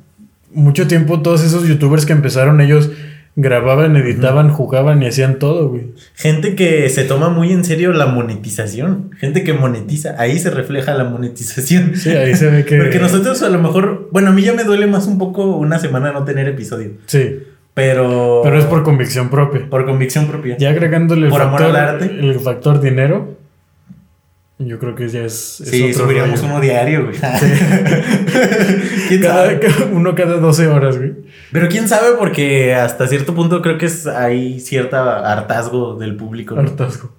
mucho tiempo todos esos youtubers que empezaron, ellos grababan, editaban, jugaban y hacían todo, güey.
Gente que se toma muy en serio la monetización. Gente que monetiza. Ahí se refleja la monetización.
Sí, ahí se ve que.
Porque nosotros a lo mejor, bueno, a mí ya me duele más un poco una semana no tener episodio,
Sí,
pero...
pero es por convicción propia.
por convicción propia.
Ya agregándole el
Por amor
factor,
al arte.
el factor dinero, yo creo que ya es. es
sí,
otro
subiríamos
rollo.
uno diario, güey. ¿Quién
Cada-
sabe?
uno cada 12 horas, güey.
Pero quién sabe porque hasta cierto punto creo que es, hay cierta hartazgo del público. ¿no?
Hartazgo.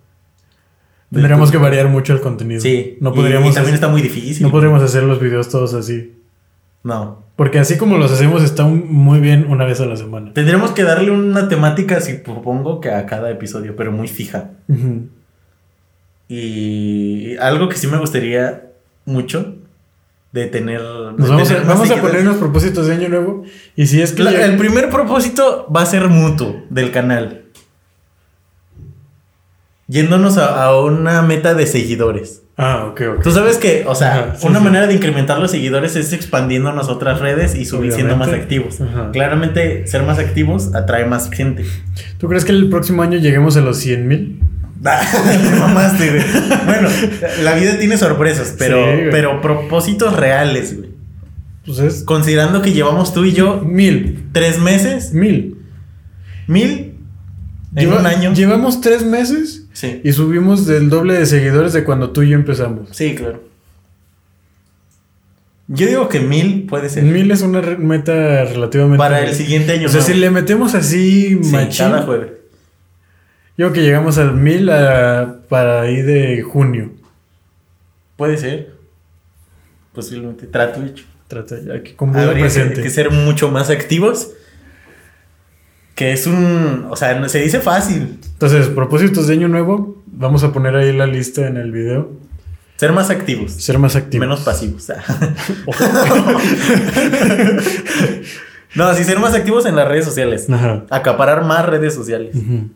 Tendríamos que variar mucho el contenido.
Sí.
No
y-
podríamos,
Y, también
hacer-
está muy difícil.
no podríamos hacer los videos todos así.
No.
Porque así como los hacemos, está un- muy bien una vez a la semana.
Tendríamos que darle una temática, si propongo, que a cada episodio, pero muy fija.
Ujú.
Y algo que sí me gustaría mucho de tener. de
Nos vamos a,
tener más
vamos a
seguidores.
ponernos propósitos de año nuevo. Y si es que.
La-
llega-
el primer propósito va a ser mutuo del canal. Yéndonos a, a una meta de seguidores.
Ah, ok, ok.
Tú sabes que, o sea,
Ajá, sí,
una
sí.
manera de incrementar los seguidores es expandiéndonos a otras redes y subiendo siendo más
Obviamente.
activos.
Ajá.
Claramente, ser más activos atrae más gente.
¿Tú crees que el próximo año lleguemos a los 100 mil?
Ah, Te mamaste, güey. Bueno, la vida tiene sorpresas, pero,
Sí, güey.
pero propósitos reales, güey.
Pues es.
Considerando que llevamos tú y yo
Mil.
tres meses,
Mil.
mil en
Lleva-
un año.
Llevamos tres meses
Sí.
y subimos del doble de seguidores de cuando tú y yo empezamos.
Sí, claro. Yo digo que mil puede ser.
Mil es una re- meta relativamente.
Para el siguiente año.
O sea,
nuevo.
si le metemos así,
Sí,
machín,
cada jueves.
yo creo que llegamos al mil a- para ahí de junio.
Puede ser. Posiblemente. Trato hecho.
Trata ya que con
Habría
presente.
que, que ser mucho más activos. Que es un. O sea, no- se dice fácil.
Entonces, propósitos de año nuevo, vamos a poner ahí la lista en el video.
Ser más activos.
Ser más activos.
Menos pasivos. no, sí, ser más activos en las redes sociales.
Ajá.
Acaparar más redes sociales.
Ujú.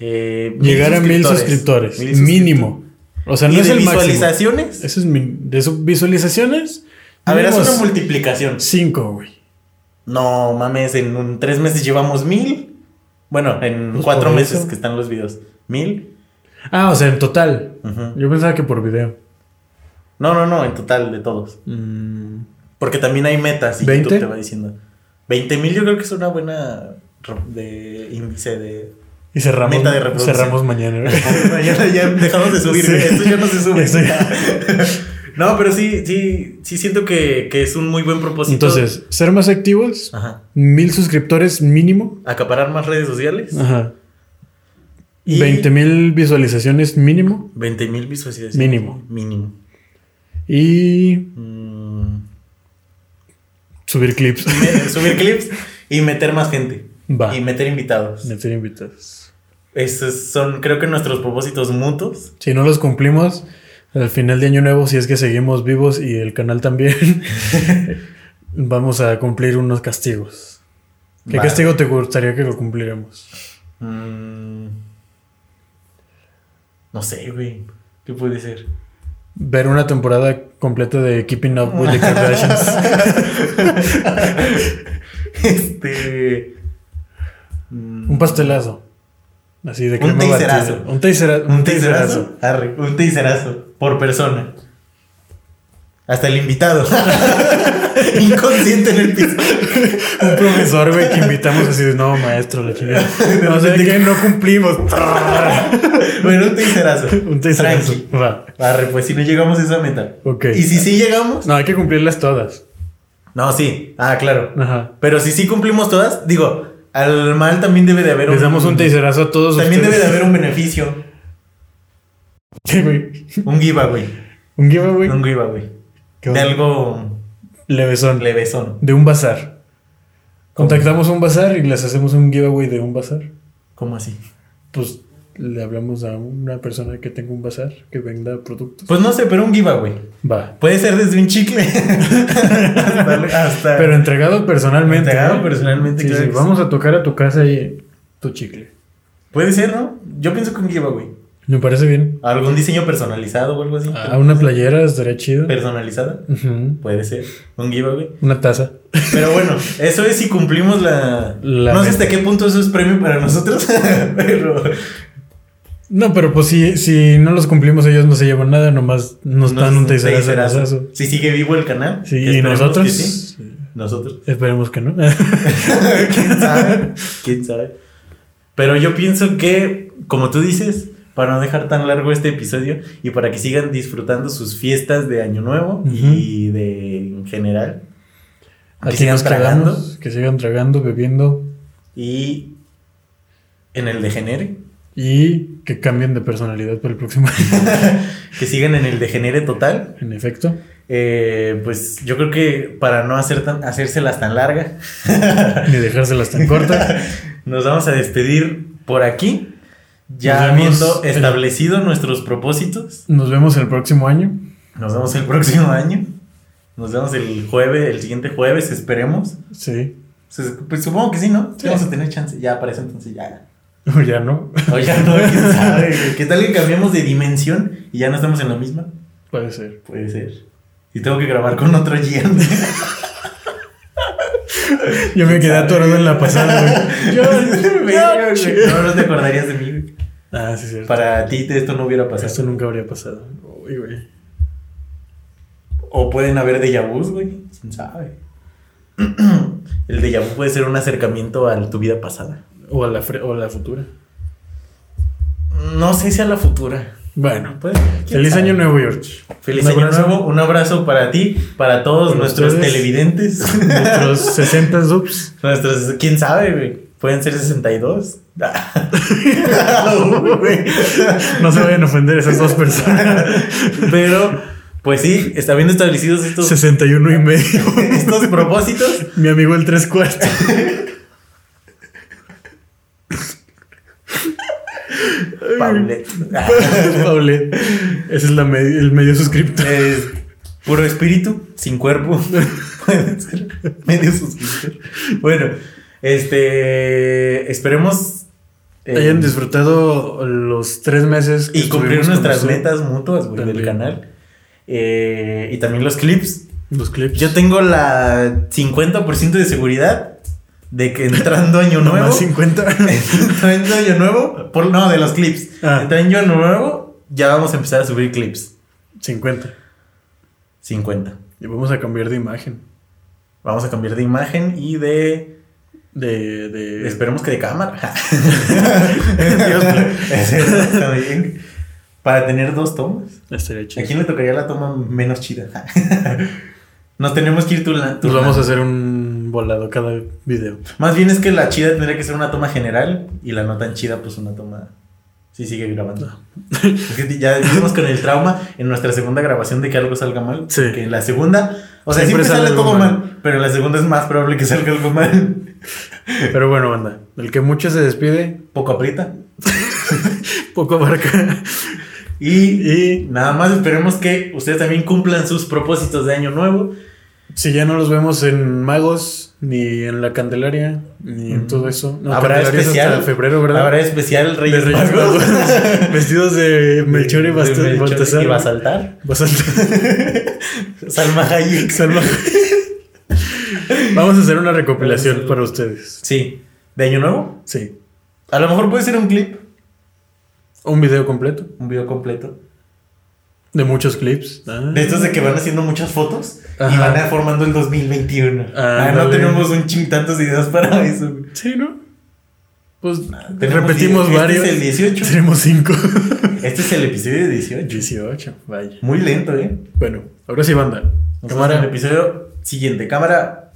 Eh,
Llegar a mil suscriptores,
Mil suscriptores.
mínimo. O sea,
¿Y
no es
de
el máximo.
visualizaciones?
Eso es mi- de sus visualizaciones.
A ver, haz
mínimo
una multiplicación.
Cinco, güey.
No mames, en un- tres meses llevamos mil. Bueno, en
Pues
cuatro
por
meses
eso.
que están los videos. Mil.
Ah, o sea, en total.
Ujú.
Yo pensaba que por video.
No, no, no, en total de todos.
Mm,
Porque también hay metas y
¿Veinte?
YouTube te va diciendo. 20 mil yo creo que es una buena ro- de índice de...
Y cerramos,
Meta de reproducción.
cerramos mañana. güey.
ya, ya dejamos de subir,
Sí.
esto ya no se sube.
Eso
no, pero sí, sí, sí siento que, que es un muy buen propósito.
Entonces, ser más activos,
Ajá.
mil suscriptores mínimo.
Acaparar más redes sociales.
Ajá.
Y-
20 Ah, mil visualizaciones mínimo.
20 mil visualizaciones.
Mínimo.
Mínimo.
Y
Mm,
subir clips.
me- subir clips y meter más gente.
Va.
Y meter invitados.
Meter invitados.
Esos son, creo que, nuestros propósitos mutuos.
Si no los cumplimos, al final de año nuevo, si es que seguimos vivos y el canal también, vamos a cumplir unos castigos. ¿Qué
Va.
castigo te gustaría que lo cumpliéramos?
Mm, no sé, güey. ¿Qué puede ser?
Ver una temporada completa de Keeping Up with the Kardashians.
Este. mm,
Un pastelazo. Así de
Un
crema
teiserazo.
batida. Un teiserazo.
Un teiserazo. Arre, un teiserazo por persona. Hasta el invitado. Inconsciente en el piso.
Un profesor, güey, que invitamos así de no, maestro, la chingada. No sé
repente-
qué, no cumplimos.
bueno, un teiserazo.
Un teiserazo.
Tranqui.
Va.
Arre, pues si no llegamos a esa meta.
Ok.
Y si sí llegamos.
No, hay que cumplirlas todas.
No, sí. Ah, claro.
Ajá.
Pero si sí cumplimos todas, digo, al mal también debe de haber
Les damos un teiserazo a todos.
También debe
ustedes.
de haber un beneficio.
Sí, güey.
Un giveaway.
Un giveaway.
Un giveaway.
¿Qué
De
onda?
algo
Levesón.
levesón.
De un bazar. Contactamos un bazar y les hacemos un giveaway de un bazar.
¿Cómo así?
Pues le hablamos a una persona que tenga un bazar que venda productos.
Pues no sé, pero un giveaway.
Va.
Puede ser desde un chicle. hasta. hasta-
Pero entregado personalmente.
Entregado personalmente,
Sí,
claro
sí,
que sí.
Vamos a tocar a tu casa y tu chicle.
Puede ser, ¿no? Yo pienso que un giveaway.
Me parece bien.
¿Algún diseño personalizado o algo así?
Ah, una playera estaría chido.
¿Personalizada?
Ujú.
Puede ser. Un giveaway.
Una taza.
Pero bueno, eso es si cumplimos la...
La
no sé
meta.
hasta qué punto eso es premio para nosotros, pero...
No, pero pues si, si no los cumplimos, ellos no se llevan nada, nomás nos
no
dan
es
un teiserazo.
teiserazo.
lazazo.
Si sigue vivo el canal.
Sí,
que
y
esperemos
nosotros.
que sí. Nosotros.
Esperemos que no.
¿Quién sabe? ¿Quién sabe? Pero yo pienso que, como tú dices, para no dejar tan largo este episodio y para que sigan disfrutando sus fiestas de Año Nuevo y de en general. Que
Aquí
sigan
nos
tragando.
quedamos, Que sigan tragando, bebiendo
Y en el degenere.
y que cambien de personalidad para el próximo año.
Que sigan en el degenere total.
en efecto.
Eh, pues yo creo que para no hacer tan, hacérselas tan largas,
Ni dejárselas tan cortas.
nos vamos a despedir por aquí. Ya
Nos vemos
habiendo
el-
establecido nuestros propósitos.
Nos vemos el próximo año.
Nos vemos el próximo año. Nos vemos el jueves, el siguiente jueves, esperemos.
Sí.
Pues, pues supongo que sí, ¿no?
Sí.
Vamos a tener chance. Ya para eso entonces ya.
O ya no.
O ya no, quién sabe. güey. ¿Qué tal que cambiamos de dimensión y ya no estamos en la misma?
Puede ser.
Puede ser. Y tengo que grabar con otro GM.
Yo me quedé atorado en la pasada, güey. Yo-
no, no te acordarías de mí. güey.
Ah, sí, es cierto.
Para ti te- esto no hubiera pasado.
Esto nunca habría pasado. Uy, güey.
O pueden haber déjà vus, güey. ¿Quién sabe? El déjà vu puede ser un acercamiento a tu vida pasada.
O a la, fre- o a la futura.
No sé si a la futura.
Bueno.
Pues, ¿quién
Feliz
sabe?
año nuevo, George.
Feliz
Un
año
abrazo.
nuevo. Un abrazo para ti, para todos
Para
nuestros
ustedes.
televidentes.
Nuestros 60 subs.
nuestros, quién sabe, güey. Pueden ser 62.
No se vayan a ofender esas dos personas.
Pero, pues sí, está bien establecidos estos,
61 y medio.
estos propósitos.
Mi amigo el tres cuartos.
Pablet.
Paulette. Ese es la med- el medio suscriptor.
Es puro espíritu, sin cuerpo. Pueden ser medio suscriptor. Bueno, este. Esperemos. eh,
Hayan disfrutado los tres meses. que
Y cumplir
estuvimos con
nuestras
usted.
metas mutuas, güey, del
También.
canal. Eh, y también los clips.
Los clips.
Yo tengo la 50% de seguridad de que entrando año
Nomás
nuevo.
50.
entrando año nuevo. Por, no, de los clips.
Ah.
Entrando año nuevo, ya vamos a empezar a subir clips.
50.
50.
Y vamos a cambiar de imagen.
Vamos a cambiar de imagen y de.
De. de...
Esperemos que de cámara.
Dios,
Está bien. Para tener dos tomas.
Estaría
¿A
chido.
quién le tocaría la toma menos chida? Nos tenemos que ir tú la.
Nos vamos a hacer un volado cada video.
Más bien es que la chida tendría que ser una toma general y la no tan chida, pues una toma. Sí, sigue grabando. Es que ya vivimos con el trauma en nuestra segunda grabación de que algo salga mal.
Sí.
Que en la segunda. O sea, siempre,
Siempre sale
sale
algo
todo mal.
mal.
pero en la segunda es más probable que salga algo mal.
Pero bueno, banda. El que mucho se despide,
Poco aprieta.
poco abarca.
Y,
Y
nada más esperemos que ustedes también cumplan sus propósitos de año nuevo.
si ya no los vemos en Magos, ni en la Candelaria, ni en
Mm.
todo eso. No,
Habrá
Candelaria es
especial.
hasta febrero, ¿verdad?
Habrá especial
De
Reyes,
Reyes
Magos.
Magos, Vestidos de Melchor y
De
Bast-
Melchor
Baltasar.
y Basaltar.
Basalt-
Salma Hayek.
Salma. Vamos a hacer una recopilación para ustedes.
Sí. ¿De año nuevo?
Sí.
A lo mejor puede ser un clip,
Un video completo
un video completo.
de muchos clips. Ah.
De estos de que van haciendo muchas fotos y
Ajá.
van formando el 2021.
Ah,
Ah, no
ándale.
tenemos un ching tantos ideas para eso. güey.
Sí, ¿no? Pues
Ah, tenemos
repetimos
diez.
varios.
Este es el 18.
Tenemos cinco.
Este es el episodio 18.
18, vaya.
Muy lento, ¿eh?
Bueno, ahora sí, banda.
Nos vemos en el
Cámara.
episodio siguiente. Cámara.